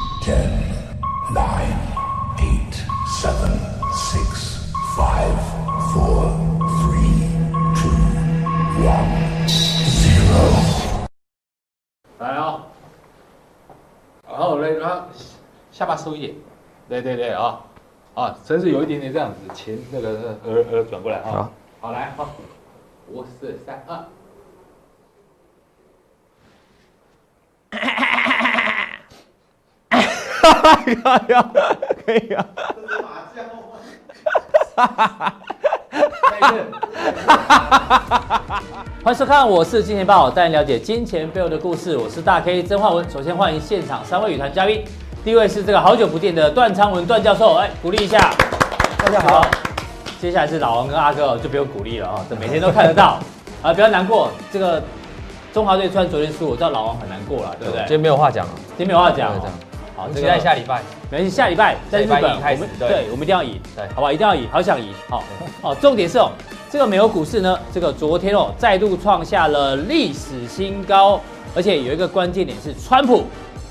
10, 9, 8, 7, 6, 5, 4, 3, 2, 1, 0. 来啊、然后嘞，然后下巴收一点，对对对啊、啊，甚至有一点点这样子，前那个呃呃转过来啊、好好来好，五四三二，可以啊，可以啊，再一次。欢迎收看，我是金钱豹，带您了解金钱背后的故事。我是大 K 曾焕文。首先欢迎现场三位语团嘉宾，第一位是这个好久不见的段昌文段教授，哎，鼓励一下。大家好。接下来是老王跟阿哥，就不用鼓励了啊、哦这每天都看得到。啊，不要难过，这个中华队虽然昨天输，我知道老王很难过了，对不今对？今天没有话讲了，天没有话讲、对哦这样。好，这期个待下礼拜。没关系，下礼拜在日下本，礼拜一开我始们对对，我们一定要赢，对好不好？一定要赢，好想赢，好，好，重点是哦，这个美国股市呢，这个昨天哦，再度创下了历史新高，而且有一个关键点是川普，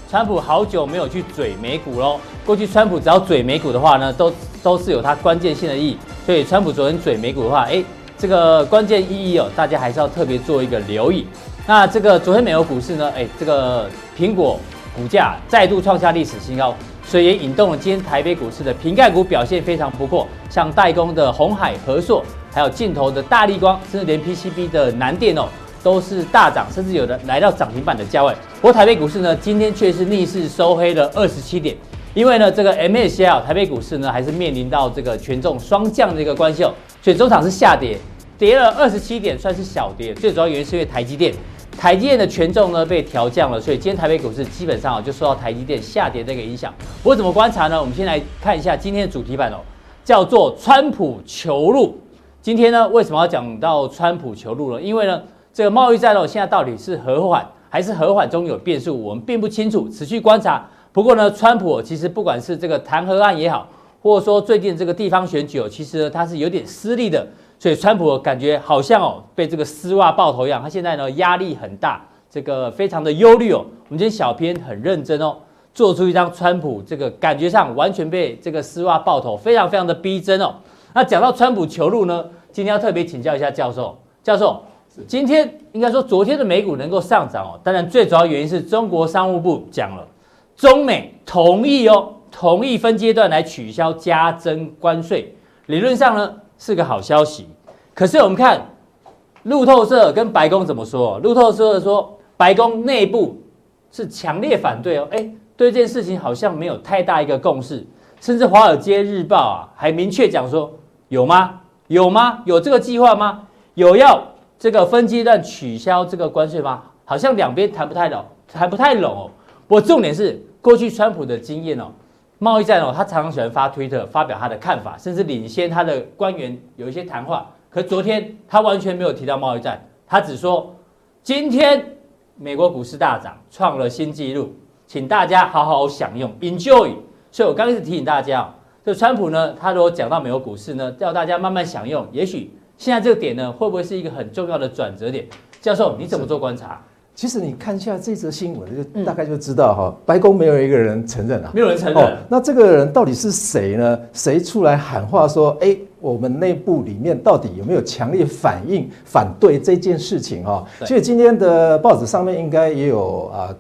川普好久没有去嘴美股喽。过去川普只要嘴美股的话呢，都都是有它关键性的意义，所以川普昨天嘴美股的话，哎，这个关键意义哦，大家还是要特别做一个留意。那这个昨天美国股市呢，哎，这个苹果股价再度创下历史新高，所以也引动了今天台北股市的瓶盖股表现非常不错，像代工的红海、和硕，还有镜头的大力光，甚至连 PCB 的南电哦，都是大涨，甚至有的来到涨停板的价位。不过台北股市呢，今天却是逆势收黑了二十七点。因为呢，这个 MSCI 哦台北股市呢还是面临到这个权重双降的一个关系哦，所以中场是下跌，跌了二十七点，算是小跌。最主要原因是因为台积电，台积电的权重呢被调降了，所以今天台北股市基本上哦就受到台积电下跌的一个影响。我怎么观察呢？我们先来看一下今天的主题版哦，叫做“川普求路”。今天呢，为什么要讲到川普求路呢？因为呢，这个贸易战哦，现在到底是和缓还是和缓中有变数，我们并不清楚，持续观察。不过呢，川普哦其实不管是这个弹劾案也好，或者说最近这个地方选举哦，其实呢他是有点失利的，所以川普哦感觉好像哦被这个丝袜爆头一样，他现在呢压力很大，这个非常的忧虑哦。我们今天小编很认真哦，做出一张川普这个感觉上完全被这个丝袜爆头，非常非常的逼真哦。那讲到川普球路呢，今天要特别请教一下教授。教授，今天应该说昨天的美股能够上涨哦，当然最主要原因是中国商务部讲了，中美同意哦，同意分阶段来取消加征关税，理论上呢是个好消息。可是我们看路透社跟白宫怎么说、哦？路透社说，白宫内部是强烈反对哦，哎，对这件事情好像没有太大一个共识，甚至《华尔街日报啊》还明确讲说，有吗？有吗？有这个计划吗？有要这个分阶段取消这个关税吗？好像两边谈不太拢，谈不太拢哦。不过重点是，过去川普的经验哦，贸易战哦，他常常喜欢发推特发表他的看法，甚至领先他的官员有一些谈话。可昨天他完全没有提到贸易战，他只说今天美国股市大涨，创了新纪录，请大家好好享用，enjoy。所以我刚开始提醒大家哦，这川普呢，他如果讲到美国股市呢，要大家慢慢享用，也许现在这个点呢，会不会是一个很重要的转折点？教授，你怎么做观察？其实你看一下这则新闻，就大概就知道哈，白宫没有一个人承认啊。嗯没有人承认。那这个人到底是谁呢？谁出来喊话说，哎、我们内部里面到底有没有强烈反应反对这件事情哦？对所以今天的报纸上面应该也有啊。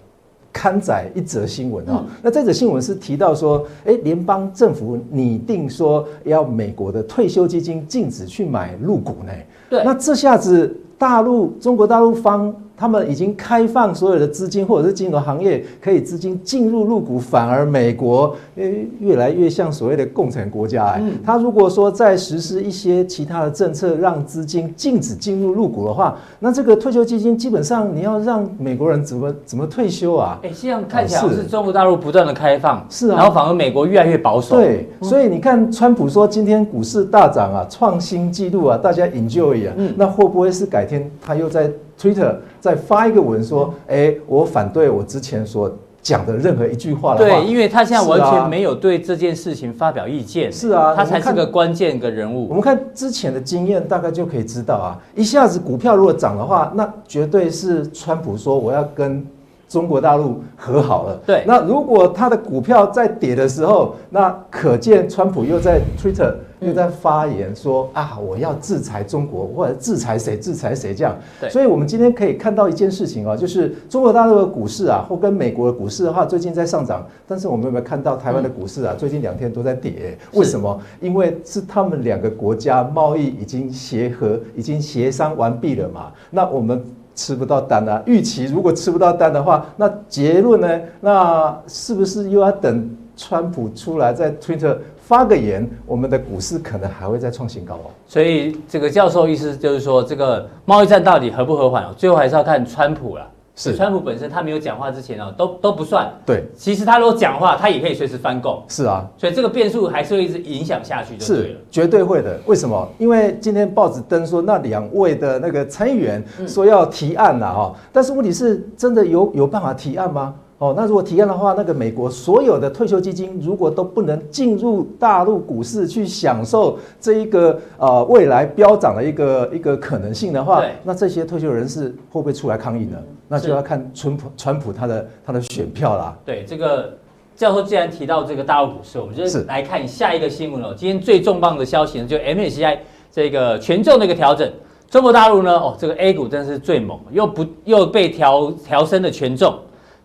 刊载一则新闻嗯啊、那这则新闻是提到说，哎，联邦政府拟定说要美国的退休基金禁止去买入股呢。对那这下子大陆中国大陆方他们已经开放所有的资金或者是金融行业可以资金进入入股，反而美国呃越来越像所谓的共产国家哎、他如果说再实施一些其他的政策，让资金禁止进入入股的话，那这个退休基金基本上你要让美国人怎么怎么退休啊？哎，现在看起来哦好像是是中国大陆不断的开放，是啊然后反而美国越来越保守。对，所以你看，川普说今天股市大涨啊，创新纪录啊，大家 enjoy 啊，嗯那会不会是改天他又在 Twitter 再发一个文说，嗯哎，我反对我之前所讲的任何一句话的话？对，因为他现在完是啊全没有对这件事情发表意见。是啊他我才们是看个关键的人我物。们看之前的经验，大概就可以知道啊，一下子股票如果涨的话，那绝对是川普说我要跟中国大陆和好了。对那如果他的股票在跌的时候，那可见川普又在 Twitter 嗯又在发言说、啊，我要制裁中国，或者制裁谁，制裁谁这样。对所以我们今天可以看到一件事情啊，就是中国大陆的股市啊，或跟美国的股市的话，最近在上涨，但是我们有没有看到台湾的股市啊，嗯最近两天都在跌？为什么？因为是他们两个国家贸易已经协和，已经协商完毕了嘛。那我们。吃不到单啊，预期如果吃不到单的话，那结论呢？那是不是又要等川普出来在 Twitter 发个言，我们的股市可能还会再创新高哦？所以这个教授意思就是说，这个贸易战到底合不合缓，最后还是要看川普啦。是川普本身他没有讲话之前哦，都都不算。对，其实他如果讲话，他也可以随时翻供，是啊，所以这个变数还是会一直影响下去就对是了。绝对会的。为什么？因为今天报纸登说那两位的那个参议员嗯说要提案了哈、哦，但是问题是真的有有办法提案吗？哦，那如果提案的话，那个美国所有的退休基金如果都不能进入大陆股市去享受这一个呃未来飙涨的一个一个可能性的话对，那这些退休人士会不会出来抗议呢？那是就要看川普川普他的他的选票啦。对，这个教授既然提到这个大陆股市，我们就是是来看下一个新闻哦。今天最重磅的消息呢，就 MSCI 这个权重的一个调整。中国大陆呢，哦，这个 A 股真是最猛，又不又被调调升的权重。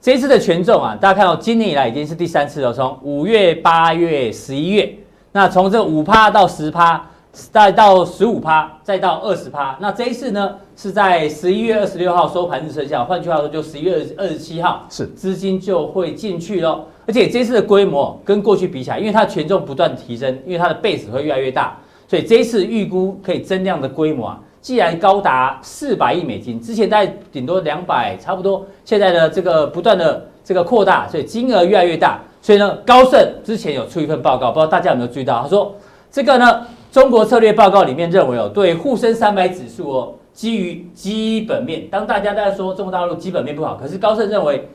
这一次的权重啊，大家看到今年以来已经是第三次了，从五月、八月、十一月，那从这五趴到十趴，再到十五趴，再到二十趴。那这一次呢，是在十一月二十六号收盘日生效，换句话说，就十一月二十七号是资金就会进去喽。而且这一次的规模跟过去比起来，因为它的权重不断提升，因为它的 base 会越来越大，所以这一次预估可以增量的规模啊，既然高达四百亿美金，之前在顶多两百差不多，现在的这个不断的这个扩大，所以金额越来越大。所以呢，高盛之前有出一份报告，不知道大家有没有注意到？他说这个呢，中国策略报告里面认为哦，对沪深三百指数哦，基于基本面，当大家在说中国大陆基本面不好，可是高盛认为，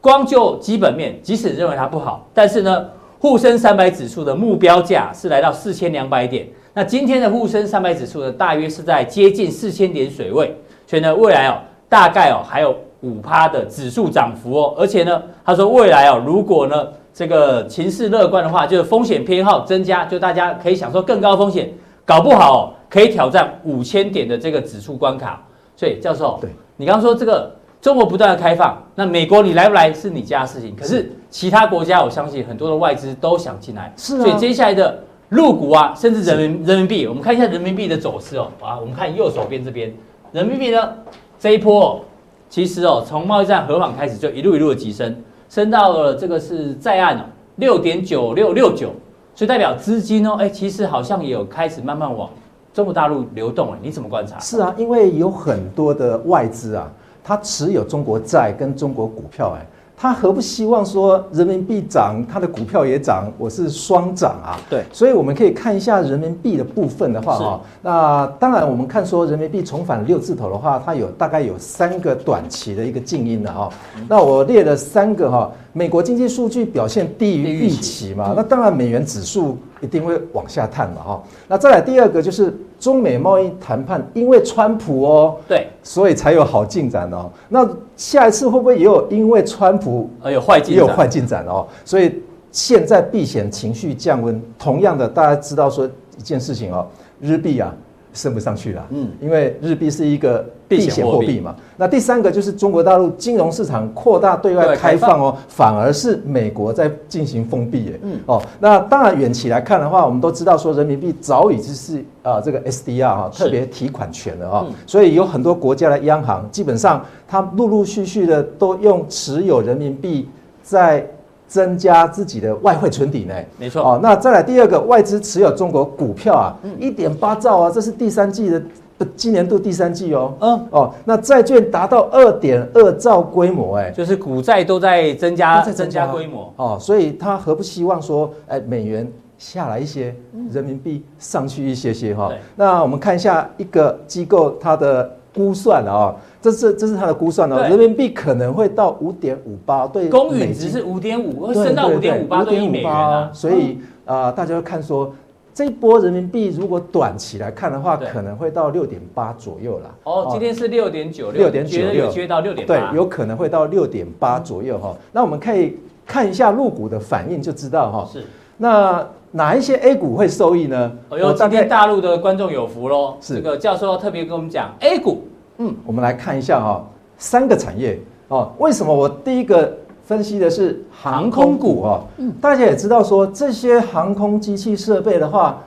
光就基本面，即使认为它不好，但是呢，沪深三百指数的目标价是来到四千两百点，那今天的沪深三百指数呢，大约是在接近四千点水位，所以呢，未来哦，大概哦还有五趴的指数涨幅哦，而且呢，他说未来哦，如果呢这个情势乐观的话，就是风险偏好增加，就大家可以享受更高风险，搞不好、哦、可以挑战五千点的这个指数关卡。所以教授，对你刚刚说这个中国不断的开放，那美国你来不来是你家的事嗯情，可是其他国家我相信很多的外资都想进来，是啊所以接下来的入股啊，甚至人民人民币，我们看一下人民币的走势哦。啊，我们看右手边这边，人民币呢这一波、哦，其实哦，从贸易战和缓开始就一路一路的急升，升到了这个是在岸哦六点九六六九，所以代表资金哦，哎，其实好像也有开始慢慢往中国大陆流动哎，你怎么观察？是啊，因为有很多的外资啊，它持有中国债跟中国股票、哎，它何不希望说人民币涨，它的股票也涨，我是双涨啊？对所以我们可以看一下人民币的部分的话是哈、那当然我们看说人民币重返六字头的话，它有大概有三个短期的一个静音的哈、嗯那我列了三个哈、美国经济数据表现低低于于预预期期嘛，那当然美元指数一定会往下探嘛哈、那再来第二个就是中美贸易谈判，因为川普哦，对，所以才有好进展哦。那下一次会不会也有因为川普呃，有坏也进有展，坏进展哦？所以现在避险情绪降温。同样的，大家知道说一件事情哦，日币啊升不上去了，嗯嗯，因为日币是一个避避险险货货币币嘛。那第三个就是中国大陆金融市场扩大对对外开开放放哦，反而是美国在进行封闭耶。嗯哦，那当然远期来看的话，我们都知道说人民币早已就是啊、呃这个 SDR 哈、是特别提款权了啊、嗯所以有很多国家的央行基本上它陆陆续续的都用持有人民币在增加自己的外汇存底呢。没错嗯哦，那再来第二个，外资持有中国股票啊，一点八兆啊，这是第三季的。不今年度第三季哦，嗯哦，那债券达到二点二兆规模，哎，就是股债都在增加，都在增增加加规模。哦，所以他何不希望说，哎，美元下来一些，人民币上去一些些哈、嗯对那我们看一下一个机构它的估算啊、哦，这是这是它的估算哦对，人民币可能会到五点五八对美金，公允值是五点五，对升到五对对点五八对一美元5.58啊哦。所以啊、呃大家会看说。这一波人民币如果短期来看的话，对可能会到六点八左右啦。哦，今天是六点九六， 6.96觉得有接到六点嗯对八，，有可能会到六点八左右哈。那我们可以看一下入股的反应就知道哈。是。那哪一些 A 股会受益呢？哎呦，今天大陆的观众有福喽！是这个教授特别跟我们讲，A 股嗯，我们来看一下哈、三个产业哦。为什么我第一个分析的是航空股哦？嗯，大家也知道说这些航空机器设备的话，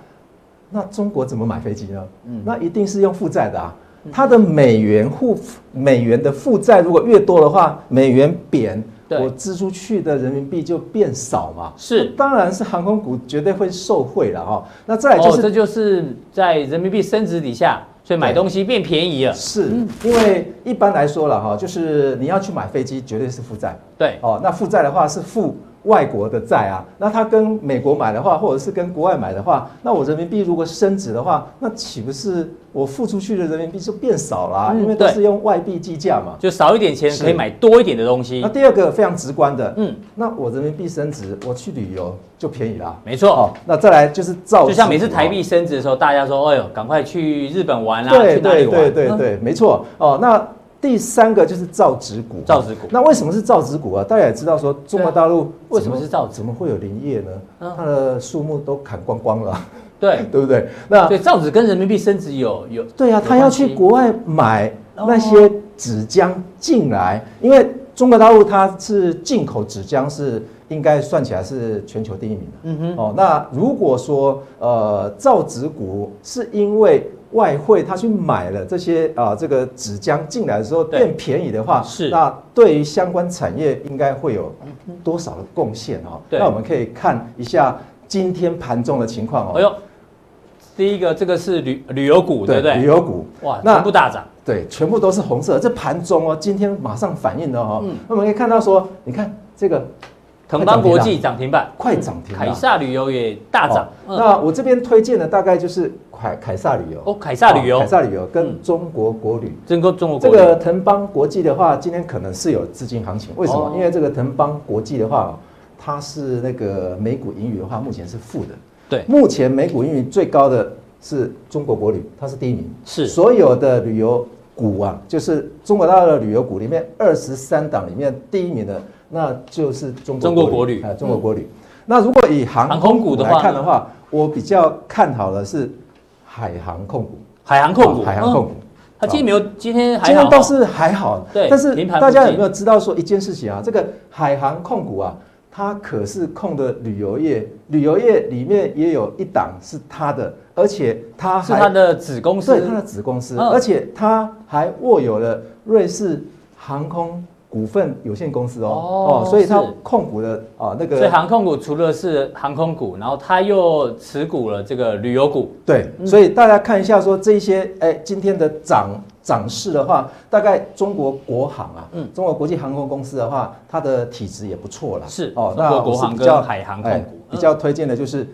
那中国怎么买飞机呢？嗯，那一定是用负债的啊。它的美元负美元的负债如果越多的话，美元贬，对我支出去的人民币就变少嘛。是当然是航空股绝对会受惠了哈、哦。那再来就哦，是这就是在人民币升值底下，所以买对东西变便宜了。是，因为一般来说了哈，就是你要去买飞机，绝对是负债对，哦。那负债的话是负外国的债啊，那他跟美国买的话，或者是跟国外买的话，那我人民币如果升值的话，那岂不是我付出去的人民币就变少啦、嗯因为都对是用外币计价嘛。就少一点钱是可以买多一点的东西那。第二个非常直观的，嗯，那我人民币升值，我去旅游就便宜啦。没错，。那再来哦就是造，啊就像每次台币升值的时候，大家说：“哎呦，赶快去日本玩啦，对去哪里对玩？”对对嗯对，没错哦。那第三个就是造纸股，啊造纸股那为什么是造纸股啊？大家也知道说，中国大陆对为什怎么是造纸怎么会有林业呢嗯？它的树木都砍光光了，对 对不对？那所以造纸跟人民币升值有有对啊，有他要关系去国外买哦那些纸浆进来，因为中国大陆它是进口纸浆是应该算起来是全球第一名的。嗯哼哦，那如果说呃造纸股是因为外汇他去买了这些啊、这个纸浆进来的时候对变便宜的话，是嗯那对于相关产业应该会有多少的贡献哦？对那我们可以看一下今天盘中的情况哦。哎呦，第一个这个是旅旅游股，对不旅对？游股哇，那全部大涨，对，全部都是红色。这盘中哦，今天马上反应了哦。嗯那我们可以看到说，你看这个腾邦国际涨停板，快涨停了，啊凯撒旅游也大涨。哦嗯那我这边推荐的大概就是凯凯撒旅游哦，凯撒旅游凯，撒旅游嗯跟中国国旅。真够中国这国个旅腾邦国际的话，今天可能是有资金行情，为什么？哦因为这个腾邦国际的话，它是那个每股盈余的话，目前是负的。对目前每股盈余最高的是中国国旅，它是第一名。是所有的旅游股啊，就是中国大陆的旅游股里面二十三档里面第一名的，那就是中国中国国旅啊，中国国旅。那如果以航空股来航空股看的的话，我比较看好的是海航控股，海航控股，啊海航控股哦嗯，。它今天没有，今天还今好天倒是还好，对但是平盘附大家近有没有知道说一件事情啊？这个海航控股啊，它可是控的旅游业，旅游业里面也有一档是它的，而且它是还它的子公司对，它的子公司，嗯而且它还握有了瑞士航空股份有限公司哦哦，所以它是控股的啊那所以个航空股除了是航空股，然后它又持股了这个旅游股，对，所以大家看一下说这一些，哎，今天的涨涨势的话，大概中国国航啊，嗯中国国际航空公司的话，它的体质也不错啦。哦是中那国我国是航比较跟海航控哎股比较推荐的就是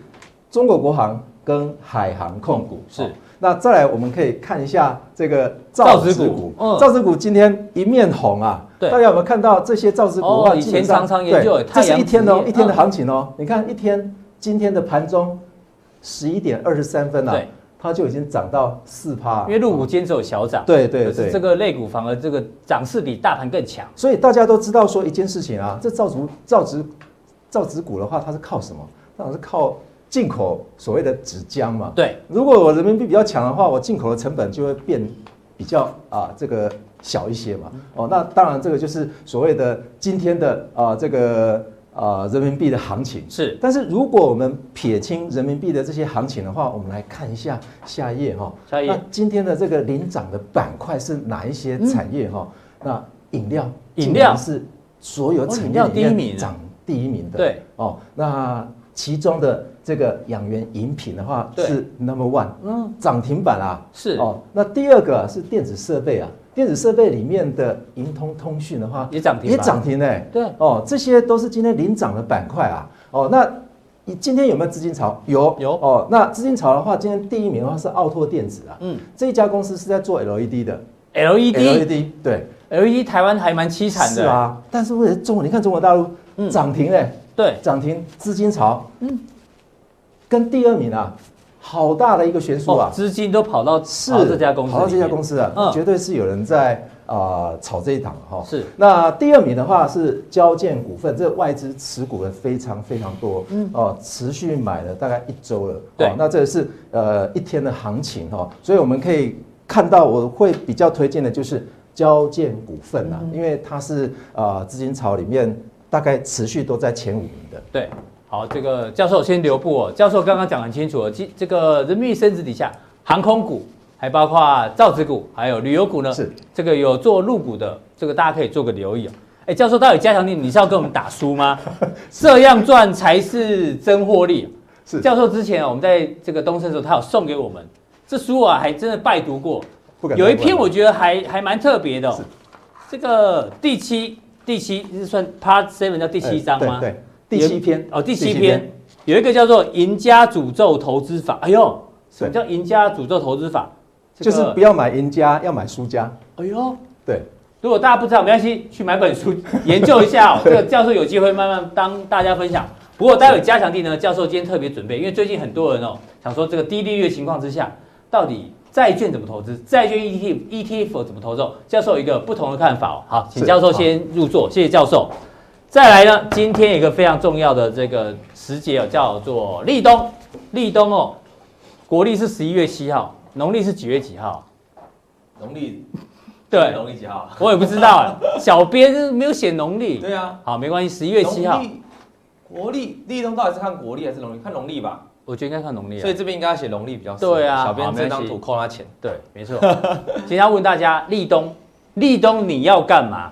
中国国航跟海航控股嗯是哦那再来，我们可以看一下这个造造纸纸股股嗯，造纸股今天一面红啊！对大家有没有看到这些造纸股的哦话？以基本前上常常研究对太这是阳一天纸哦业，一天嗯的行情哦。你看一天今天的盘中十一点二十三分啊对，它就已经涨到四趴，因为入股今天只有小涨，对对可是对这个类股反而这个涨势比大盘更强，所以大家都知道说一件事情啊，这造纸造纸造纸股的话，它是靠什么？当然是靠进口所谓的纸浆嘛。对，如果我人民币比较强的话，我进口的成本就会变比较啊这个小一些嘛。哦，那当然这个就是所谓的今天的啊这个啊人民币的行情。是但是如果我们撇清人民币的这些行情的话，我们来看一下下一页哈、下一页那今天的这个领涨的板块是哪一些产业哈、那饮料，饮料竟然是所有哦产饮业料里第一面名啊涨第一名的。对哦，那其中的这个养元饮品的话对是 number one，嗯，涨停板啊。是哦，那第二个是电子设备啊，电子设备里面的银通通讯的话也涨停吧也涨停哎、对哦，这些都是今天领涨的板块啊。哦，那你今天有没有资金潮？有有哦。那资金潮的话，今天第一名的话是奥拓电子啊，嗯 E 嗯，这一家公司是在做 LED 的 LED LED 对， LED E 台湾还蛮凄惨 E 是的，嗯啊。但是为了中国，你看中国大陆涨停嘞、对，涨停资金潮，嗯，跟第二名啊好大的一个悬殊哦啊，！资金都跑到是跑到这家公司里面，跑到这家公司啊，嗯绝对是有人在啊、呃炒这一档哈、是那第二名的话是交建股份，这外资持股人非常非常多，嗯哦，持续买了大概一周了。对哦那这是呃一天的行情哈、所以我们可以看到，我会比较推荐的就是交建股份嗯啊，因为它是啊、呃资金潮里面大概持续都在前五名的。对，好，这个教授先留步哦。教授刚刚讲很清楚哦，这这个人民币升值底下，航空股还包括造纸股，还有旅游股呢，是这个有做入股的，这个大家可以做个留意哦。哎，教授到底加强力，你是要跟我们打输 吗？这样赚才是真获利。是教授之前哦我们在这个东升的时候，他有送给我们这书啊，还真的拜读过。不敢有一当篇官我觉得还还蛮特别的哦、是这个第七第七是算 Part Seven 叫第七章吗？哎对对，第七篇有哦，第七篇有一个叫做“赢家诅咒投资法”。哎呦，什么叫赢家诅咒投资法？就是不要。要买赢家，要买输家。哎呦，对，如果大家不知道，没关系，去买本书研究一下、哦。这个教授有机会慢慢当大家分享。不过待会加强地呢，教授今天特别准备，因为最近很多人哦想说这个低利率的情况之下，到底债券怎么投资，债券 ETF ETF 怎么投资哦？教授有一个不同的看法哦。好，请是教授好先入座，谢谢教授。再来呢，今天有一个非常重要的这个时节哦，叫做立冬。立冬哦，国历是十一月七号，农历是几月几号？农历对，农历几号？ 我也不知道啊，小编是没有写农历。对啊，好，没关系，十一月七号农，历。国历立冬到底是看国历还是农历？看农历吧，我觉得应该看农历啊所以。这边应该要写农历比较适合。对啊小好编没这关张系图扣他钱。对，没错。 今天要问大家，立冬，立冬你要干嘛？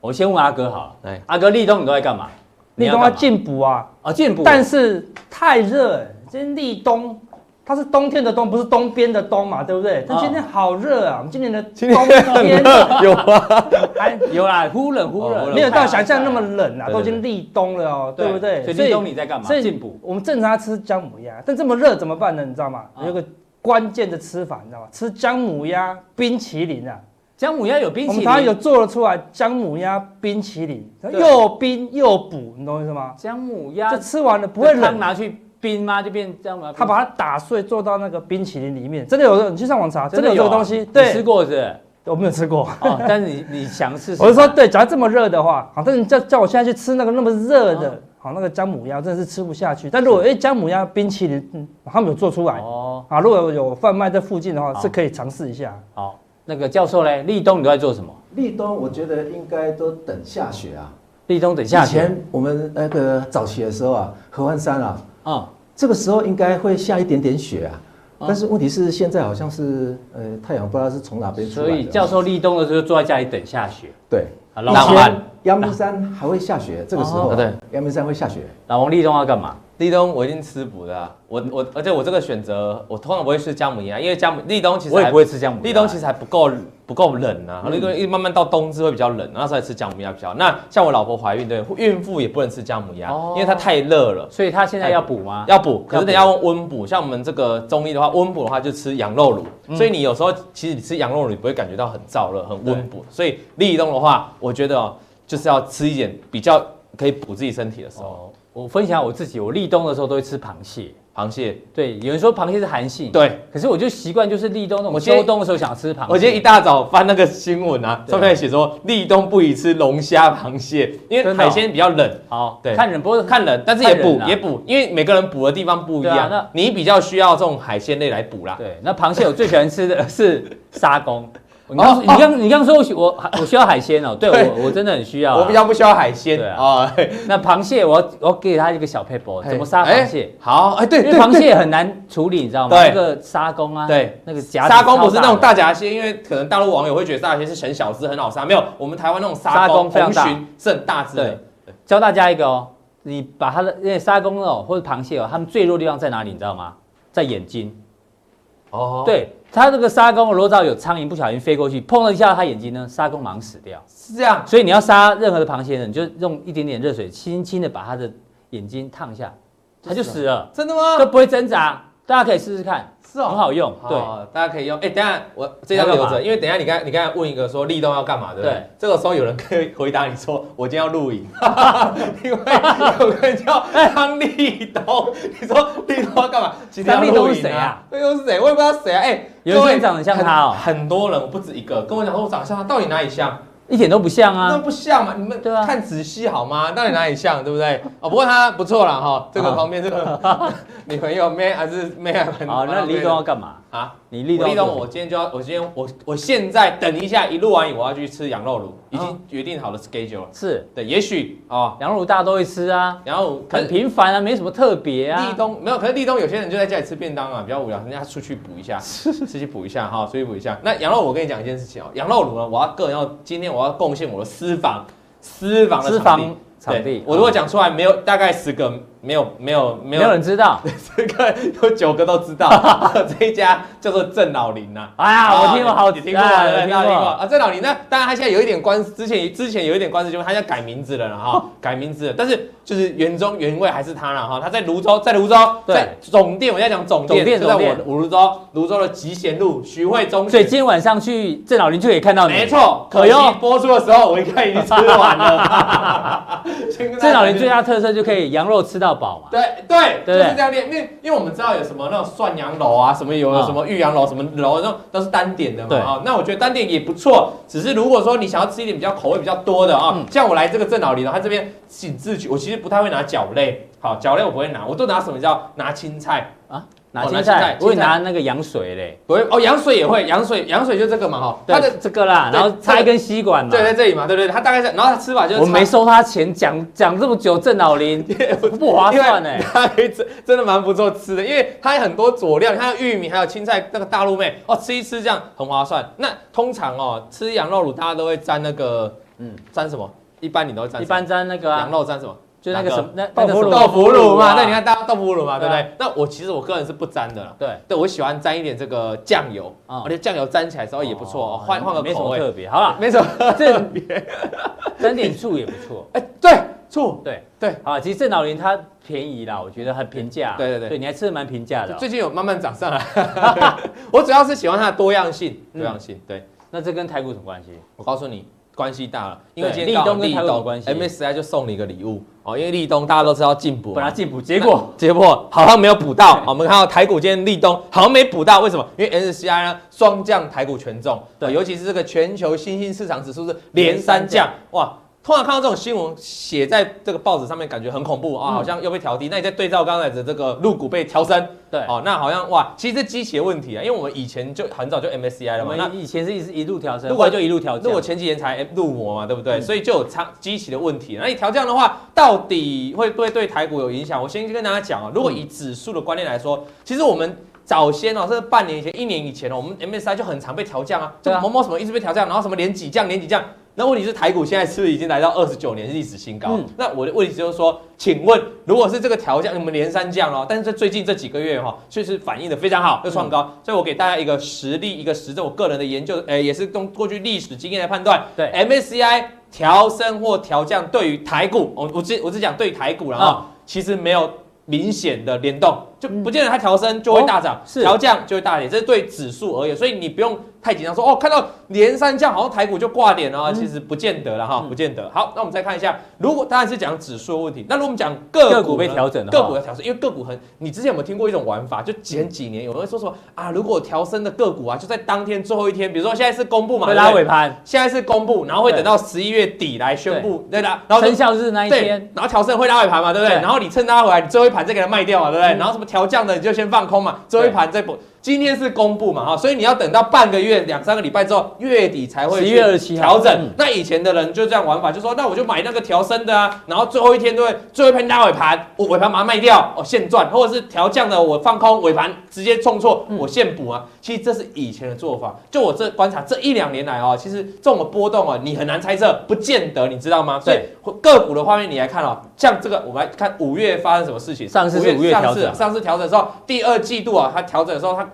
我先问阿哥好了来。阿哥，立冬你都在干嘛？你立要冬干嘛要进补啊，啊，进补。但是太热了，今天立冬，它是冬天的冬，不是东边的冬嘛，对不啊对？但今天好热啊，我们今年的冬天有啊吗？还哎有啦，忽冷忽哦忽冷，冷没有到想象那么冷啊，对对对都已经立冬了哦，对不对？所以立冬你在干嘛？所以进补。我们正常吃姜母鸭，但这么热怎么办呢？你知道吗？啊有个关键的吃法，你知道吗？吃姜母鸭冰淇淋啊，姜母鸭有冰我淇们台湾有淋。做得出来姜母鸭冰淇淋，对又冰又补，你懂我意思吗？姜母鸭这吃完了不会冷啊汤。拿去冰吗？就变姜母鸭冰淇淋。他把它打碎做到那个冰淇淋里面，真的有这个，你去上网查，真的有这个啊东西。你吃对，过是不是？我没有吃过。哦，但是你你想试试看？ 我是说，对，假如这么热的话，好，但是你叫叫我现在去吃那个那么热啊的，好，那个姜母鸭真的是吃不下去。但如果哎姜母鸭冰淇淋，嗯，他们有做出来哦，啊，如果有贩卖在附近的话，好是可以尝试一下。好，那个教授嘞，立冬你都在做什么？立冬我觉得应该都等下雪啊。立冬等以下雪，前我们那个早期的时候啊，合欢山啊，嗯，这个时候应该会下一点点雪啊。啊但是问题是现在好像是呃太阳不知道是从哪边出来所的，以教授立冬的时候就坐在家里等下雪。对，啊，老以浪漫王，前阳明山还会下雪，这个时候哦啊对，阳明山会下雪，老王立冬要干嘛？立冬我一定吃补的、啊，我我而且我这个选择，我通常不会吃姜母鸭，因为姜母立冬其实我也还不会吃姜母鸭立冬其实还不够不够冷啊，那个、慢慢到冬至会比较冷，那时候才吃姜母鸭比较好。那像我老婆怀孕对，孕妇也不能吃姜母鸭，哦因为它太热了。所以他现在要补吗？要补，可要补是得要用温补。像我们这个中医的话，温补的话就吃羊肉卤，嗯所以你有时候其实你吃羊肉卤，你不会感觉到很燥热、很温补。所以立冬的话，我觉得、哦、就是要吃一点比较可以补自己身体的时候，哦，我分享我自己，我立冬的时候都会吃螃蟹。螃蟹。对，有人说螃蟹是寒性，，对，可是我就习惯就是立冬那种我今天秋冬的时候想吃螃蟹。我今天一大早翻那个新闻啊，对啊上面还写说立冬不宜吃龙虾、螃蟹，因为真的哦海鲜比较冷。好对看人，不过看人，但是也补、看人啊也补，因为每个人补的地方不一对啊样。那你比较需要这种海鲜类来补啦。对，那螃蟹我最喜欢吃 的是沙公。你刚、你刚你刚说我喜我我需要海鲜哦，对哦对我我真的很需要啊、我比较不需要海鲜对啊啊。嘿那螃蟹我要我要给它一个小 paper，怎么杀螃蟹哎？好，哎，对因为对螃蟹很难处理，你知道吗？对那个沙公啊，对，那个夹子沙公不是超那种的大闸蟹，因为可能大陆网友会觉得大闸蟹是很小只、很好杀，没有，我们台湾那种沙沙公公、非常红大鲟是很大只的对。教大家一个哦，你把它的那沙公哦或者螃蟹哦，它们最弱的地方在哪里？你知道吗？在眼睛。哦，对，它这个沙公，如果到有苍蝇不小心飞过去，碰了一下它眼睛呢，沙公马上死掉。是这样。所以你要杀任何的螃蟹呢，你就用一点点热水，轻轻的把它的眼睛烫一下，它就死了，真的吗？都不会挣扎。大家可以试试看，是哦很好用，对。好，大家可以用。哎、等一下我这张留你要干嘛着，因为等一下你刚你刚才问一个说立冬要干嘛，对不对？对这个时候有人可以回答你说我今天要露营， 因为有个人叫张立冬，你说立冬要干嘛？今天要张立冬露是营谁啊？立冬是谁？我也不知道谁啊。哎、有人各位说你长得像他哦很很多人，我不止一个，跟我讲说我长得像他，到底哪里像？一点都不像那啊。不像嘛？你们对啊看仔细好吗？到底哪里像，对不对？哦，不过他不错啦哈，这个啊旁边 这个女朋友妹还是妹还蛮好，那蛮立冬要干嘛？啊。你立立冬要冬，做什么我今天就要，我今天我我现在等一下，一录完影我要去吃羊肉炉，已嗯经决定好了 schedule 了。是对，也许哦，羊肉炉大家都会吃啊，然后可很是平凡啊，没什么特别啊。呃立冬没有，可是立冬有些人就在家里吃便当啊，比较无聊，人家出去补一下，出去补一下哈，出去补一下。那羊肉，我跟你讲一件事情哦，羊肉炉呢，我要个人要今天我要贡献我的私房私房的私场地房场对地，我如果讲出来没有，大概十个没有没有没没有有人知道，十个 有九个都知道， 这一家叫做郑老林啊呐、哎呀，我听过好，哦你听过哎对我不对听大家听过过，啊？郑老林，那当然他现在有一点官司，之前之前有一点官司，就是他现在改名字了啦哦哈，改名字了，但是就是原中原味还是他了哈。他在泸州，在泸州，对在总店，我在讲总总店，店就在总我店我泸州泸州的集贤路徐汇中所以学。今天晚上去郑老林就可以看到你。没，错，哎可惜呦播出的时候我应该已经吃 完了。先跟大郑家老林讲最大特色就可以羊肉吃到饱啊嘛。对对，对就不对是这样练，因为因为我们知道有什么那种涮羊楼啊，什么有嗯什么玉羊楼，什么楼那种都是单点的嘛对啊、那我觉得单点也不错，只是如果说你想要吃一点比较口味比较多的啊、嗯像我来这个正老林呢，他这边请自取，我其实不太会拿饺类，好饺类我不会拿，我都拿什么你知道？拿青菜，拿哦青菜拿青菜，我会青菜拿那个羊水嘞，不会哦，羊水也会，羊水羊水就这个嘛哈、它对的这个啦，对然后插一根吸管嘛对。在这里嘛，对不对？它大概是，然后它吃法就是我没差收他钱，讲讲这么久，郑老 林不划算哎。它真 真的蛮不错吃的，因为它有很多佐料，它有玉米，还有青菜，那个大陆妹哦，吃一吃这样很划算。那通常哦，吃羊肉卤大家都会沾那个，嗯嗯，沾什么？一般你都会沾一什么般沾那个羊啊，肉沾什么？就那个哪什么那那个什么豆腐乳嘛，啊对，你看大家豆腐乳嘛，对不对对？那我其实我个人是不沾的啦。对。对，我喜欢沾一点这个酱油，啊而且酱油沾起来之后也不错，哦换换个没什口么味，特别。好了，没什么。郑 沾点醋也不错。哎，对，醋，对对好啦，其实郑老林它便宜啦，我觉得很平价。对对对对你还吃的蛮平价的哦。最近有慢慢涨上来。 我主要是喜欢它的多样性，嗯多样性，对。那这跟台股什么关系？我告诉你，关系大了，因为对今天刚好立冬跟台湾有关系 MSCI 就送你一个礼物哦，因为立冬大家都知道进补嘛，本来进补，结果那结果好像没有补到，哦我们看到台股今天立冬好像没补到，为什么？因为 MSCI 呢双降台股权重，对哦尤其是这个全球新兴市场指数是连三降，哇。通常看到这种新闻写在这个报纸上面，感觉很恐怖啊，嗯好像又被调低。那你再对照刚才的这个入股被调升，对哦，那好像哇，其实这机器的问题啊，因为我们以前就很早就 MSCI 了我嘛，那们以前是一直一路调升，嗯如后果来就一路调那降我。前几年才入魔嘛，对不对？嗯所以就有长基期的问题。那你调降的话，到底会不会对台股有影响？我先跟大家讲啊，如果以指数的观念来说，其实我们早先哦，这是半年以前、一年以前哦，我们 MSI 就很常被调降啊，就对啊某某什么一直被调降，然后什么连几降、连几降。那问题是台股现在是不是已经来到二十九年历史新高？嗯那我的问题就是说，请问如果是这个调降，你们连三降哦，但是这最近这几个月哈、哦确实反应的非嗯常好，又创高，所以我给大家一个实例，一个实证，我个人的研究，呃，也是用过去历史经验来判断，对 MSCI 调升或调降对于台股，我我只我只讲对于台股了哈、啊其实没有明显的联动，就不见得它调升就会大涨嗯哦，是调、降就会大跌，这是对指数而言，所以你不用太紧张说哦，看到连三降好像台股就挂点了啊、其实不见得了哈、嗯不见得。好，那我们再看一下，如果当然是讲指数的问题，那如果我们讲个股个股被呢调整的话个股要调升，因为个股很，你之前有没有听过一种玩法？就前几年有人会说什么啊，如果调升的个股啊，就在当天最后一天，比如说现在是公布嘛，会对不拉对尾盘，现在是公布，然后会等到十一月底来宣布，对啦，然后生就效日那一对天，，然后调升会拉尾盘嘛，对不对？对然后你趁它回来，你最后一盘再给它卖掉嘛，对不对？嗯然后什么调降的你就先放空嘛，最后一盘再补。今天是公布嘛，哈，所以你要等到半个月、两三个礼拜之后，月底才会去11月27号调整嗯。那以前的人就这样玩法，就说那我就买那个调升的啊，然后最后一天对不对？最后一盘拉尾盘，我尾盘把它卖掉，哦，现赚，或者是调降的我放空，尾盘直接冲错，嗯我现补啊。其实这是以前的做法，就我这观察这一两年来啊、哦，其实这种的波动啊，你很难猜测，不见得，你知道吗？所以对个股的画面你来看哦，像这个我们来看五月发生什么事情。上次是五月上调整啊次上次调整的时候，第二季度啊，它调整的时候它。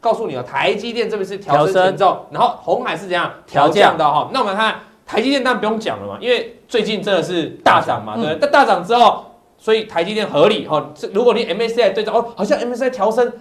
告诉你哦，台积电这边是调升调升权重，然后红海是怎样调调降降的哈、哦。那我们看台积电，当然不用讲了嘛，因为最近真的是大涨嘛，嗯对不对？但大涨之后，所以台积电合理哈、哦。这如果你 MSCI 对照哦，好像 MSCI 调升，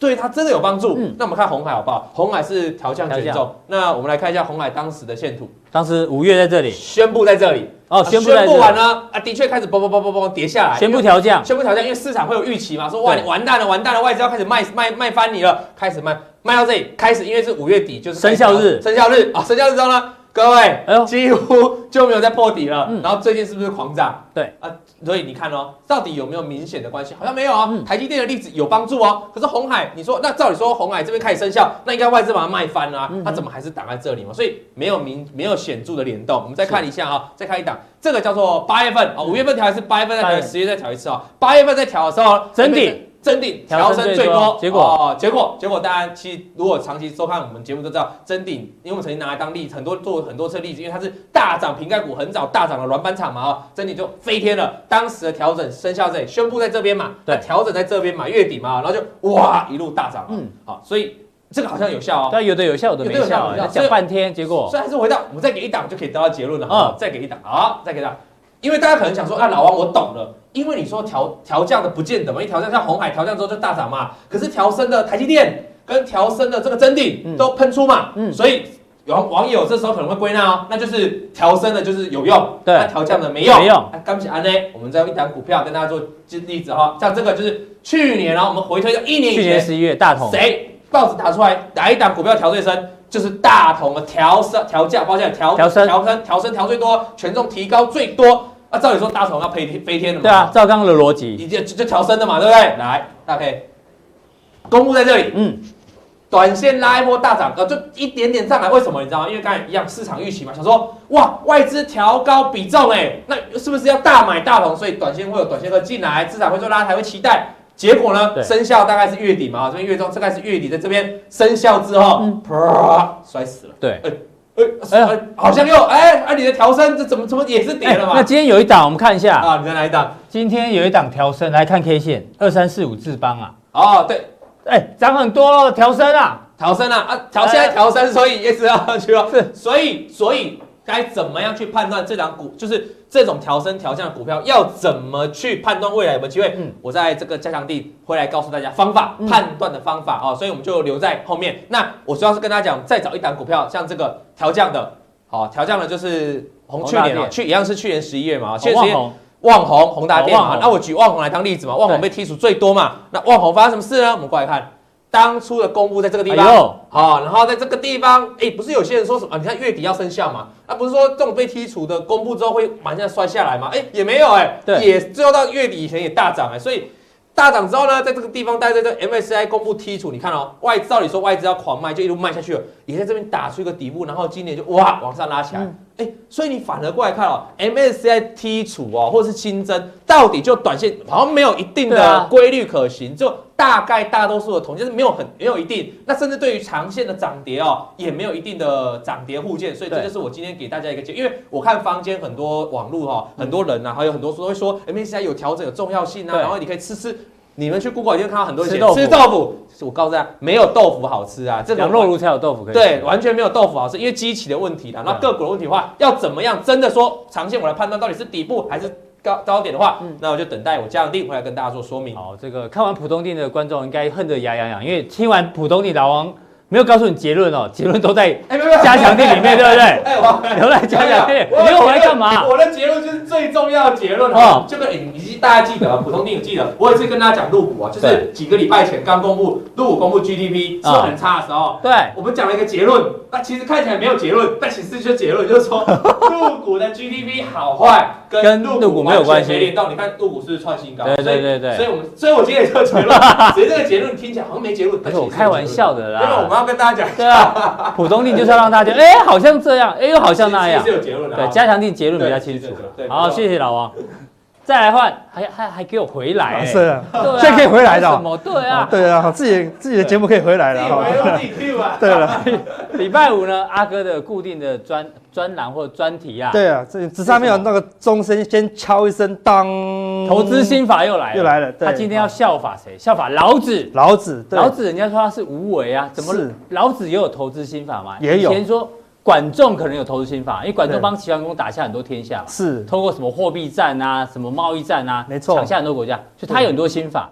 对它真的有帮助。嗯那我们看红海好不好？红海是调降调权降重，那我们来看一下红海当时的线图，当时五月在这里，宣布在这里哦啊宣布在宣这布完呢啊，的确开始嘣嘣嘣嘣嘣跌下来，宣布因为调降，宣布调降，因为市场会有预期嘛，说哇对你完蛋了完蛋了，外资要开始卖卖卖翻你了，开始卖卖到这里开始，因为是五月底就是生效日生效日啊，生效日之后呢，各位哎呦，几乎就没有再破底了嗯。然后最近是不是狂涨？对啊，所以你看哦，到底有没有明显的关系？好像没有啊嗯。台积电的例子有帮助哦，可是红海，你说那照理说红海这边开始生效，那应该外资把它卖翻了啊嗯，它怎么还是挡在这里嘛？所以没有明没有显著的联动。我们再看一下啊，再看一档，这个叫做八月份啊，五月份调一次，八月份再八调月一次，十月再调一次啊。八月份在调的时候，真顶真顶调调升升最最多多，结果哦，结果结果大家其实如果长期收看我们节目都知道，真顶，因为我们曾经拿来当例子，很多做过很多次例子，因为它是大涨瓶盖股，很早大涨的软板厂嘛，哦，真顶就飞天了。当时的调整生效在这里宣布在这边嘛，对那调整在这边嘛，月底嘛，然后就哇一路大涨，嗯嗯，好，所以这个好像有效哦。但有的有效，有的没有的有效效，有的哎有效讲半天，结果所以还是回到我们再给一档就可以得到结论了，嗯好，再给一档，好，再给一档。因为大家可能想说啊，老王我懂了，因为你说调调降的不见得嘛，因为调降像红海调降之后就大涨嘛，可是调升的台积电跟调升的这个真嗯鼎都喷出嘛，嗯所以网网友这时候可能会归纳哦，那就是调升的就是有用，对那调降的没用，没用啊。刚起安呢，我们再用一档股票跟大家做例子哈、像这个就是去年哦，我们回推到一年以去前，年十一月大同，谁报纸打出来哪一档股票调最深？就是大同的调升、调价，抱歉，调调升调升、调升调最多，权重提高最多。啊，照理说大同要飞天飞天的嘛，对啊，，照刚刚的逻辑，已经就就调升的嘛，对不对？来，大 K，公布在这里，嗯，短线拉一波大涨，呃，就一点点上来，为什么你知道吗？因为刚才一样市场预期嘛，想说哇，外资调高比重、哎，那是不是要大买大同？所以短线会有短线客进来，市场会做拉抬，会期待。结果对呢，生效大概是月底嘛，这边月中，大概是月底，在这边生效之后，嗯啪摔死了。对。哎、哎呀呃好像又哎，啊，你的调升这怎么怎么也是跌了嘛？哎那今天有一档，我们看一下，啊，你在哪一档？今天有一档调升，来看 K 线，二三四五智邦啊，哦，对，哎，涨很多了，调升啊，哎调升啊啊，调现在调升，所以也是要上去了。是，所以所以该怎么样去判断这档股，就是这种调升调降的股票，要怎么去判断未来有没有机会？嗯我在这个加强地会来告诉大家方法、判断的方法啊、哦，所以我们就留在后面。那我主要是跟大家讲，再找一档股票，像这个调降的，好、调降的就是红宏去大年啊，电去一样是去年十一月嘛，去哦年十一旺月红，旺宏宏达电哦旺嘛，宏那我举旺宏来当例子嘛，旺宏对被剔除最多嘛，那旺宏发生什么事呢？我们过来看，当初的公布在这个地哎方呦，好、然后在这个地方，哎，不是有些人说什么啊？你看月底要生效嘛，那不是说这种被剔除的公布之后会马上摔下来吗？哎，也没有哎，对也最后到月底以前也大涨哎，所以。大涨之后呢，在这个地方待在这 MSCI 公布剔除，你看哦，外资照理说外资要狂卖，就一路卖下去了，也在这边打出一个底部，然后今年就哇往上拉起嗯来，哎、所以你反而过来看哦，MSCI 剔除哦，或者是新增，到底就短线好像没有一定对啊的规律可循，就大概大多数的统计是没有很没有一定，那甚至对于长线的涨跌哦，也没有一定的涨跌互见，所以这对就是我今天给大家一个解，因为我看坊间很多网络哈、很多人啊，还有很多书都会说 MSCI 有调整有重要性啊，嗯对然后你可以吃吃。你们去 Google 一定看到很多人写吃豆腐吃豆腐，我告诉大家，没有豆腐好吃啊，这个羊肉炉才有豆腐可以吃，对，完全没有豆腐好吃，因为机器的问题啦。那对个股的问题的话，要怎么样真的说长线我来判断到底是底部还是高高点的话，那我就等待我嘉定回来跟大家做说明。好，这个看完浦东店的观众应该恨得牙痒痒，因为听完浦东店老王没有告诉你结论哦，结论都在哎，没有没有加强店里面，对不对？ 哎，我哎留在加强店，你又回来干嘛？我的结论就是最重要的结论哦哦，这个你你大家记得，普通听友记得，我也是跟大家讲入股啊，就对是几个礼拜前刚公布入股公布 GDP 是啊很差的时候，对，我们讲了一个结论，那其实看起来没有结论，但其实就结论就是 说，入股的 GDP 好坏跟跟入入股股没有关完系全没联动。你看入股是不是创新高？对对所以对对所以我们，所以我今天也有 结论，所以这个结论听起来好像没结论，不但是其实我开玩笑的有结论。因为我啦，们要跟大家讲，对啊，浦东店就是要让大家，哎，好像这样，哎，又好像那样其，实是有结论的啊。对，加强店结论比较对清楚对对对。对好，没错谢谢老王， 再来换，还还还给我回来，哎是，对啊现在可以回来的为哦什么？对啊，对啊，自己自己的节目可以回来自了己哈。回到自己 Q 啊。对了，礼拜五呢，阿哥的固定的专专栏或专题啊，对啊，这只差没有那个钟声，先敲一声当。投资心法又来了，又来了对他今天要效法谁？效法老子。老子，对老子人家说他是无为啊，怎么是老子也有投资心法嘛？也有以前说管仲可能有投资心法，因为管仲对帮齐桓公打下很多天下嘛，是通过什么货币战啊、什么贸易战啊，没错嗯抢下很多国家，所以他有很多心法。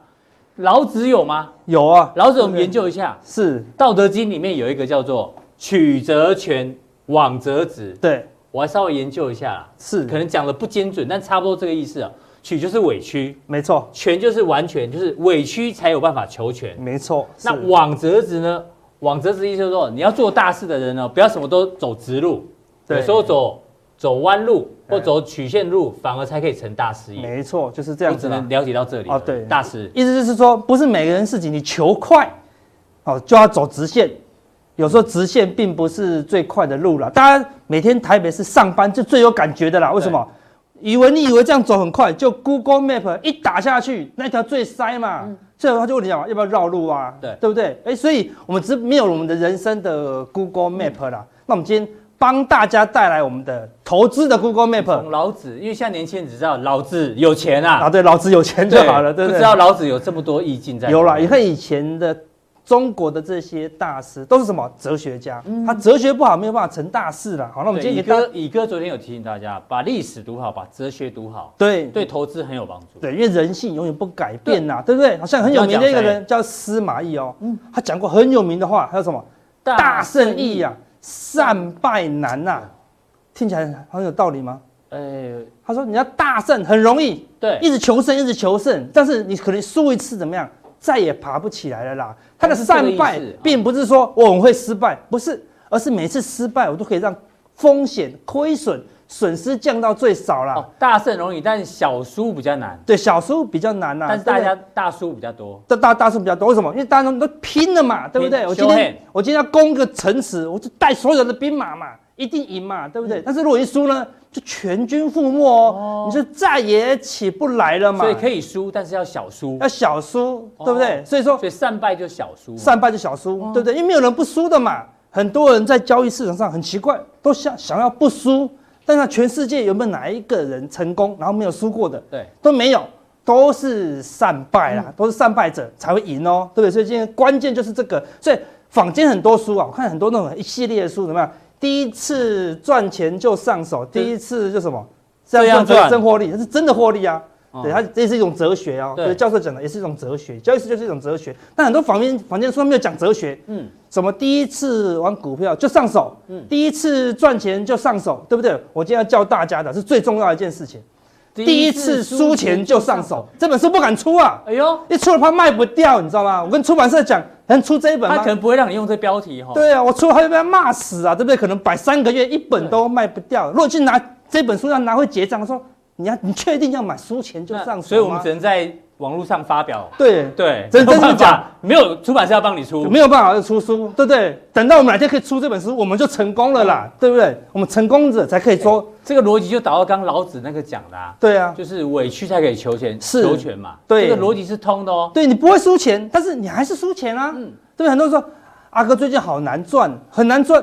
老子有吗？有啊，老子我们研究一下，是， 《道德经》里面有一个叫做“曲则全，枉则直对，”，我还稍微研究一下啦，是，可能讲的不精准，但差不多这个意思啊。曲就是委屈，没错，全就是完全，就是委屈才有办法求全。没错，那是枉则直呢？枉则直意思就是说，你要做大事的人呢，哦不要什么都走直路，对哎有时候走走弯路或走曲线路，反而才可以成大事业。没错，就是这我样只子能啦。了解到这里啊啊。对大师，意思就是说，不是每个人事情你求快，哦，就要走直线。有时候直线并不是最快的路了。大家每天台北是上班就最有感觉的啦。为什么？以为你以为这样走很快，就 Google Map 一打下去，那条最塞嘛。最后他就问你讲，要不要绕路啊？对对不对？哎，所以我们只没有我们的人生的 Google Map 啦。那我们今天帮大家带来我们的投资的 Google 从 Map 老子，因为现在年轻人只知道老子有钱啊，啊，对，老子有钱就好了，对不不对？知道老子有这么多意境在里面。有啦，你看以前的中国的这些大师都是什么哲学家，他哲学不好没有办法成大事了。好，那我们对今乙天给大哥家，乙哥昨天有提醒大家，把历史读好，把哲学读好，对对对投资很有帮助。对，因为人性永远不改变呐，对不对？好像很有名的一个人叫司马懿哦，他讲过很有名的话，还有什么大圣啊意呀，善败难呐，听起来很有道理吗？哎，他说你要大胜很容易，对一直求胜，一直求胜，但是你可能输一次怎么样，再也爬不起来了啦。他的是这个善败意思啊并不是说我很会失败，不是，而是每次失败我都可以让风险、亏损、损失降到最少啦。哦，大胜容易，但小输比较难。对，小输比较难啦，啊但是大对家不对。大输比较多，大大大数比较多，为什么？因为大家都拼了嘛，对不对？拼我今修天炼我今天要攻一个城池，我就带所有的兵马嘛，一定赢嘛，对不对？但是如果一输呢，就全军覆没哦，你就再也起不来了嘛。所以可以输，但是要小输要，小输，对不对？所以说所以善败就小输。善败就小输，哦对不对？因为没有人不输的嘛。很多人在交易市场上很奇怪，都想想要不输，但是全世界有没有哪一个人成功然后没有输过的？对，嗯都没有，都是善败啦，都是善败者才会赢哦，对不对？所以今天关键就是这个，所以坊间很多书啊，我看很多那种一系列的书怎么样？第一次赚钱就上手，第一次就什么？这样就赚真获利，它是真的获利啊。对，它这是一种哲学哦。对对，教授讲的也是一种哲学，交易就是一种哲学。但很多坊间坊间书没有讲哲学，嗯嗯，什么第一次玩股票就上手，嗯第一次赚钱就上手，对不对？我今天要教大家的是最重要的一件事情。第一次输钱就上手，这本书不敢出啊，哎呦，一出了怕卖不掉，你知道吗？我跟出版社讲，能出这一本他吗可？能不会让你用这标题哈。，对啊，我出了他就被他骂死啊，对不对？可能摆三个月一本都卖不掉。如果去拿这本书要拿回结账，说你要你确定要买输钱就上手吗，所以我们只能在网络上发表。对对，真没有真是办假法，没有出版社要帮你出，没有办法出书，对不对？等到我们哪天可以出这本书，我们就成功了啦，对不对？我们成功者才可以说，这个逻辑就导到刚刚老子那个讲的啊，对啊，就是委屈才可以求全，是求全嘛。对这个逻辑是通的哦。对你不会输钱，但是你还是输钱啊，对不对？很多人说，阿哥最近好难赚，很难赚，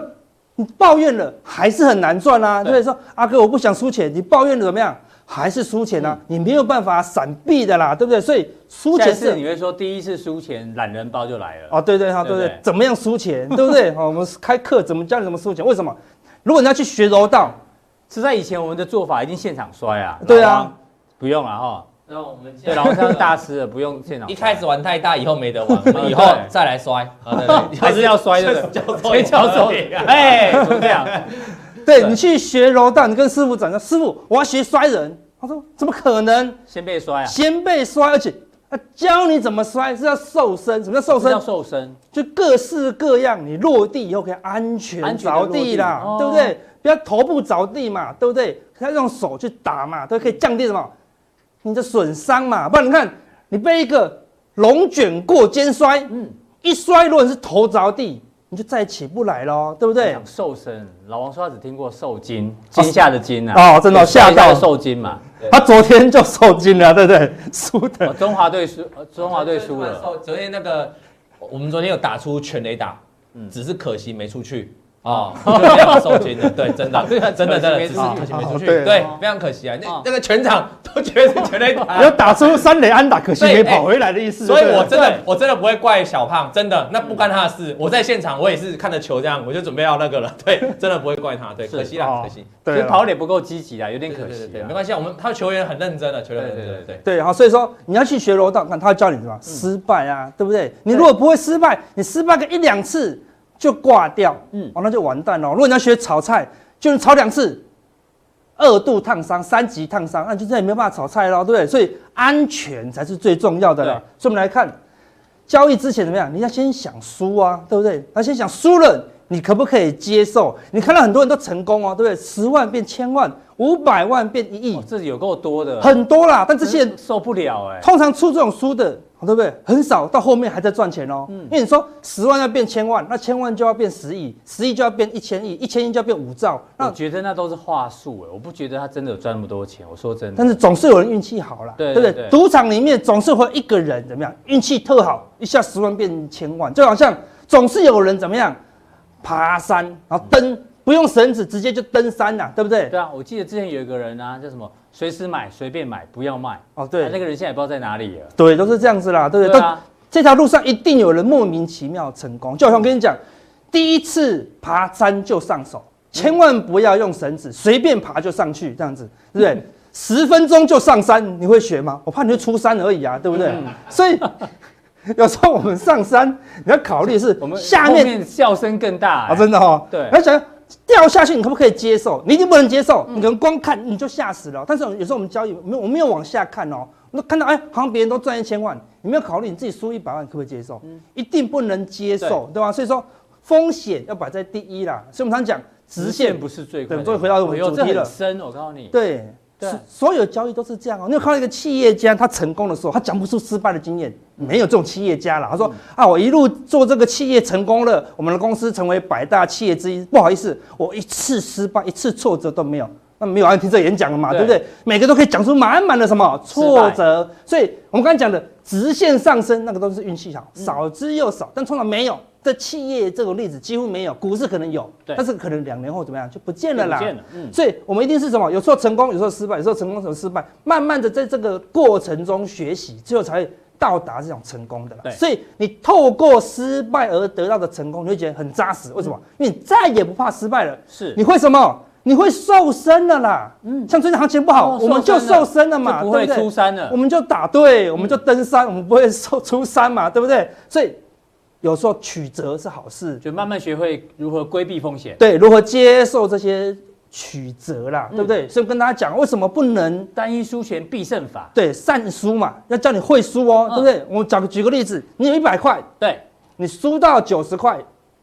你抱怨了还是很难赚啊，对不对？说阿哥我不想输钱，你抱怨了怎么样？还是输钱啊，你没有办法闪避的啦，对不对？所以输下一钱次是你会说第一次输钱懒人包就来了。哦，对对哈，对不对不对对？怎么样输 钱，对不对？哦好，我们开课怎么教你怎么输钱？为什么？如果你要去学柔道，是在以前我们的做法已经现场摔啊。对老啊王，不用了哈。那我们对，老王 像大师了，不用现场摔。一开始玩太大，以后没得玩， 我们以后对再来 摔。啊哦对对 还是 要摔的，谁教授？哎，怎么这样？对你去学柔道，你跟师傅讲说，师傅我要学摔人，他说怎么可能？ 先被 摔啊！先被摔，而且啊教你怎么摔是要瘦身，什么叫瘦不是要身？瘦身，就各式各样，你落地以后可以安全安全地着落地地啦，哦对不对？不要头部着地嘛，对不对？要用手去打嘛，都可以降低什么你的损伤嘛。不然你看，你被一个龙卷过肩摔，嗯，一摔如果你是头着地，你就再也起不来咯，对不对？想瘦身。老王说他只听过受惊，惊吓的惊啊！哦，真的哦吓到受惊嘛！他昨天就受惊了，对不对？输哦的，中华队输，呃中华队 哦输了。嗯昨天那个，我们昨天有打出全垒打，只是可惜没出去。啊，哦就没有收钱的， 对，真的，真的，真的，只是可惜没出去，哦对对，非常可惜啊，那那个全场都觉得是全垒打你要，打出三垒安打，可惜对没哎跑回来的意思。 所以对不对我真的我真的不会怪小胖，真的，那不干他的事。我在现场我也是看着球这样，我就准备要那个了， 对，真的不会怪他，对，是可惜啦，哦可惜，就对是啊跑垒不够积极啊，有点对可对对惜对，啊没。关系啊，我们他球员很认真的，球员很认真，对，对，好，所以说你要去学柔道，看他会教你什么失败啊，对不对？你如果不会失败，你失败个一两次就挂掉，嗯嗯，哦，那就完蛋了。如果你要学炒菜，就是炒两次，二度烫伤、三级烫伤，那就再也没有办法炒菜了，对不对？所以安全才是最重要的对了。所以我们来看交易之前怎么样，你要先想输啊，对不对？要先想输了，你可不可以接受？你看到很多人都成功哦，对不对？十万变千万，五百万变一亿哦，自己有够多的，很多啦，但这些人受不了哎。通常出这种书的，对不对？很少到后面还在赚钱哦。嗯因为你说十万要变千万，那千万就要变十亿，十亿就要变一千亿，一千亿就要变五兆。我那觉得那都是话术哎，我不觉得他真的有赚那么多钱。我说真的，但是总是有人运气好啦，对不对对对？赌场里面总是会有一个人怎么样，运气特好，一下十万变千万，就好像总是有人怎么样，爬山然后登，不用绳子直接就登山啦，对不对？对啊，我记得之前有一个人啊，叫什么，随时买随便买，不要卖。哦，啊对那，个人现在也不知道在哪里了。对，都是这样子啦，对不对？对都啊，这条路上一定有人莫名其妙成功。就好像我跟你讲，第一次爬山就上手，千万不要用绳子，随便爬就上去，这样子，对不嗯对？十分钟就上山，你会学吗？我怕你会出山而已啊，对 不对？所以有时候我们上山，你要考虑是我们下后面面笑声更大啊，哎。真的哦，对那想掉下去，你可不可以接受？你一定不能接受，你可能光看你就吓死了。但是有时候我们交易没有，我没有往下看哦，我看到哎，好像别人都赚一千万，你没有考虑你自己输一百万，可不可以接受？一定不能接受，对吧？所以说风险要摆在第一啦。所以我们常讲直直线线不不是最快的。对终于回到我哎们呦主这题很了深，我告诉你。对。对所所有交易都是这样哦。你有看到一个企业家，他成功的时候，他讲不出失败的经验，没有这种企业家啦。他嗯说、啊，我一路做这个企业成功了，我们的公司成为百大企业之一。不好意思，我一次失败、一次挫折都没有。那没有人听这个演讲了嘛，对对不对？每个都可以讲出满满的什么挫失折，所以我们刚才讲的直线上升那个都是运气好，少之嗯又少，但通常没有。在企业这种例子几乎没有，股市可能有，对但是可能两年后怎么样就不见了啦。不见了嗯所以我们一定是什么？有时候成功，有时候失败，有时候成功，有时候失败，慢慢的在这个过程中学习，最后才会到达这种成功的对啦。所以你透过失败而得到的成功，你会觉得很扎实。为什么？因为你再也不怕失败了。是你会什么？你会瘦身了啦。嗯，像最近行情不好，哦我们就瘦身了嘛，就不会对对出山了嗯我们就打对，我们就登山，我们不会瘦出山嘛，对不对？所以有时候曲折是好事，就慢慢学会如何规避风险，对，如何接受这些曲折啦，对不对？所以跟大家讲，为什么不能单一输钱必胜法。对善输嘛？要叫你会输哦，嗯对不对？我讲举个例子，你有一百块，对，你输到九十块，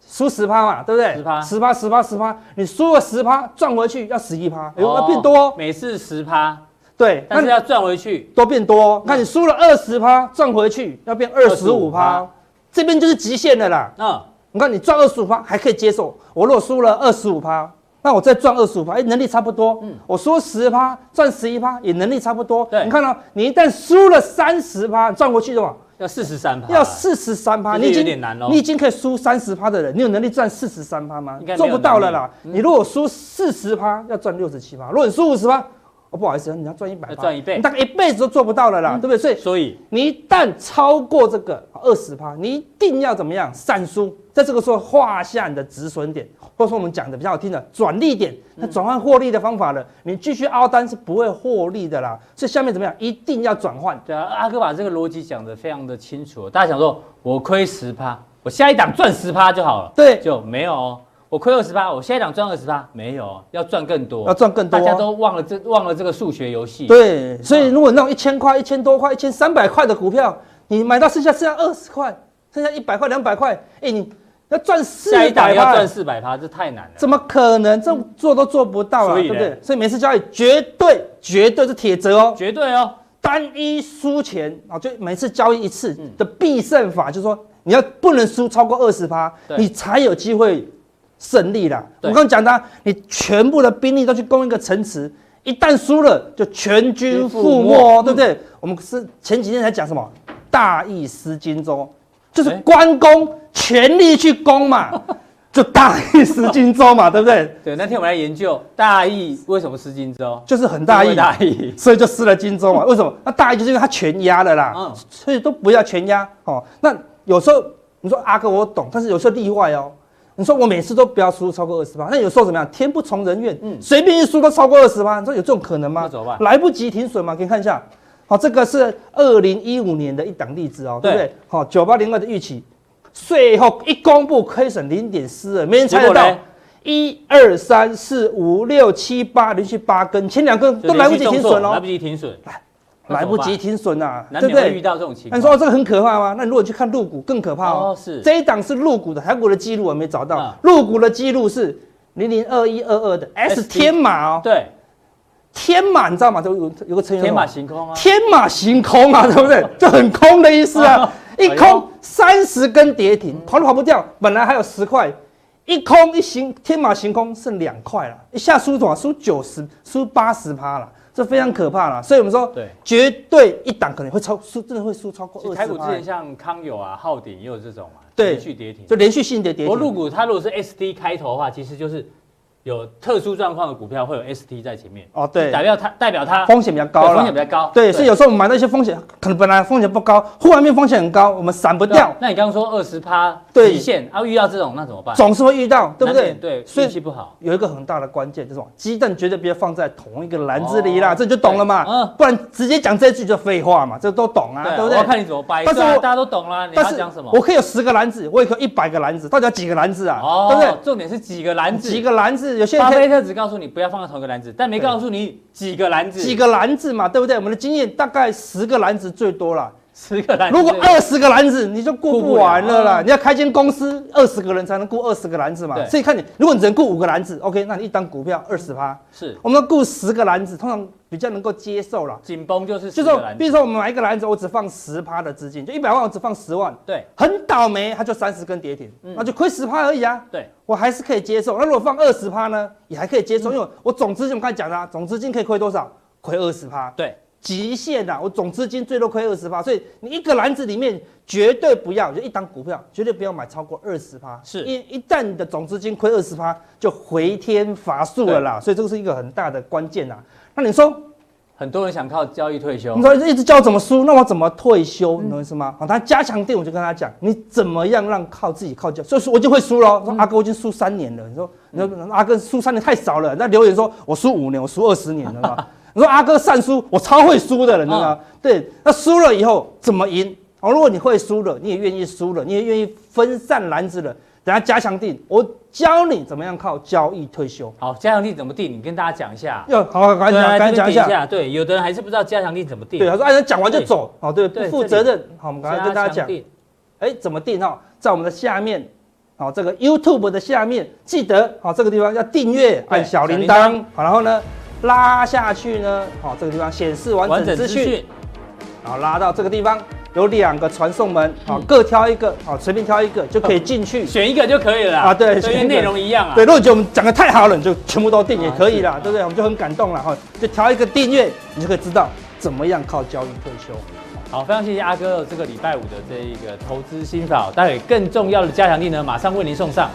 输十趴嘛，对不对？ 10%十趴，十趴，十趴，你输了十趴，赚回去要十一趴，哎呦，哦要变多哦。每次十趴，对，那但你是要赚回去。多变多哦。看你输了二十趴，赚回去要变二十五趴，哦这边就是极限了啦。嗯，你看你赚二十五趴还可以接受，我如果输了二十五趴，那我再赚二十五趴，哎，能力差不多。我输十趴赚十一趴也能力差不多。嗯对你看到、啊你一旦输了三十趴，赚回去的话要四十三趴，要四十三趴，啊这就你已有经点难咯你已经可以输三十趴的人，你有能力赚四十三趴吗应该没？有嗯做不到了啦。你如果输四十趴，要赚六十七趴；如果你输五十趴，哦，不好意思，你要赚一百要趴，赚一倍嗯你大概一辈子都做不到了啦，对不对？所以所以你一旦超过这个二十趴，你一定要怎么样散输，在这个时候画下你的止损点，或者说我们讲的比较好听的转利点，嗯那转换获利的方法呢？你继续凹单是不会获利的啦。所以下面怎么样，一定要转换。对啊，阿哥把这个逻辑讲得非常的清楚哦。大家想说，我亏十趴，我下一档赚十趴就好了，对就没有哦。我亏二十趴，我下一档赚二十趴，没有哦，要赚更多，要赚更多哦大家都忘了这忘了这个数学游戏。，对，所以如果那种一千块、一千多块、一千三百块的股票，你买到剩下剩下二十块，剩下一百块、两百块，哎，你要赚四下一档百要块赚，四百趴，这太难了。怎么可能？这做都做不到啊，所以对不嘞对？所以每次交易绝对绝对是铁则哦，绝对哦，单一输钱啊，就每次交易一次的必胜法，就是说你要不能输超过二十趴对，你才有机会胜利啦。我对刚刚讲的啊，你全部的兵力都去攻一个城池，一旦输了就全军覆没哦，对不对？我们是前几天才讲什么大意失荆州，就是哎关公全力去攻嘛。就大意失荆州嘛，对不对？对，那天我们来研究大意为什么失荆州，就是很大因意为，大意。所以就失了荆 州嘛。为什么？那大意就是因为他全压了啦，嗯所以都不要全压哦。那有时候你说阿哥我懂，但是有时候例外哦。你说我每次都不要输超过二十八，那有时候怎么样？天不从人愿，嗯随便一输都超过二十八，你说有这种可能吗？那怎么办来不及停损嘛？给你看一下，好、这个是二零一五年的一档例子哦，对不对对？好，九八零二的预期，税后一公布亏损零点四二，没人猜得结果到嘞。一二三四五六七八，连续八根，前两根就 都来不及连续动停作损哦来不，及停损，那来怎么办难不及停损啊，对不免会遇对？到这种情况。那你说哦这个很可怕吗？那如果你去看入股更可怕哦哦，是这一档是入股的，韩国的记录我没找到啊，入股的记录是零零二一二二的 S 天马哦，对，天马你知道吗？都有有个成员天马行空啊，天马行空啊，对 不对？就很空的意思啊，一哎空呦三十根跌停，跑都跑不掉，本来还有十块，一空一行，天马行空剩两块了，一下输多少？输九十，输八十趴了。这非常可怕了，所以我们说，对绝对一档可能会超输，真的会输超过其实二台十股之趴前，像康友啊、浩鼎也有这种嘛，对连续跌停。就连续性的跌不过入停。股它如果是 ST 开头的话，其实就是有特殊状况的股票会有 ST 在前面，哦，对代，表它代表它风险比较高对了，风险比较高。对，所以有时候我们买到一些风险，可能本来风险不高，忽然变风险很高，我们闪不对啊掉，那你刚刚说二十趴对极限，啊，遇到这种那怎么办？总是会遇到，对难不对？免对，所以运气不好。有一个很大的关键，就是什么？鸡蛋绝对别放在同一个篮子里啦，这你就懂了嘛。哦对嗯哎不然直接讲这句就废话嘛，这都懂啊，对不我对要？看你怎么掰。但是对啊我大家都懂啦，你要讲什么？我可以有十个篮子，我也可以一百个篮子，到底要几个篮子啊？对不对？哦重点是几个篮子？几个篮子，有些人巴可以菲特只告诉你不要放在同一个篮子，但没告诉你几个篮子，几个篮子嘛，对不对？我们的经验大概十个篮子最多啦。十个篮子。如果二十个篮子你就顾不哎完了顾不了啦，啊你要开间公司，二十个人才能顾二十个篮子嘛对。所以看你，如果你只能顾五个篮子，OK，那你一档股票二十趴，是我们要顾十个篮子，通常比较能够接受啦。紧绷就是十就是个说篮比子。如说我们买一个篮子，我只放十趴的资金，就一百万，我只放十万，对很倒霉，它就三十根跌停，那就亏十趴而已啊，嗯对，我还是可以接受。那如果放二十趴呢，也还可以接嗯受，因为我总资金我刚才讲的、啊，总资金可以亏多少？亏二十趴，对，极限啊，我总资金最多亏二十趴，所以你一个篮子里面绝对不要，就一档股票绝对不要买超过二十趴，是因为一旦你的总资金亏二十趴，就回天乏术了啦，所以这个是一个很大的关键呐、那你说很多人想靠交易退休你，说一直教我怎么输，那我怎么退休？你懂我意思嗯吗？好，他加强店我就跟他讲，你怎么样让靠自己靠教，所以说我就会输咯。嗯说阿哥，我已经输三年了。你说，你说阿哥输三年太少了。那留言说我输五年，我输二十年了嘛。你说阿哥善输，我超会输的了，你知道啊吗？对，那输了以后怎么赢？哦，如果你会输了，你也愿意输了，你也愿意分散篮子了。等下加强定，我教你怎么样靠交易退休。好，加强力怎么定？你跟大家讲一下。要好，好赶紧对讲，啊赶这边紧讲一点下。对，有的人还是不知道加强力怎么定。对，他说：“哎，人讲完就走。”哦，对，不对负责任。好，我们刚才跟大加家强讲，力哎，怎么订哦？在我们的下面，好、这个 YouTube 的下面，记得哦好、这个地方要订阅，按小铃小铃铛，好，然后呢拉下去呢，好、这个地方显示完完整整资资讯，讯，然后拉到这个地方有两个传送门，嗯好、各挑一个，哦好、随便挑一个就可以进去。选一个就可以了啦啊对所以选一因为个内容一样啊。对，如果你觉得我们讲的太好了，你就全部都订也可以啊啦是，对不对？我们就很感动了哈、哦就调一个订阅，你就可以知道怎么样靠交易退休。好，非常谢谢阿哥这个礼拜五的这一个投资心法哦，待会更重要的加强力呢，马上为您送上。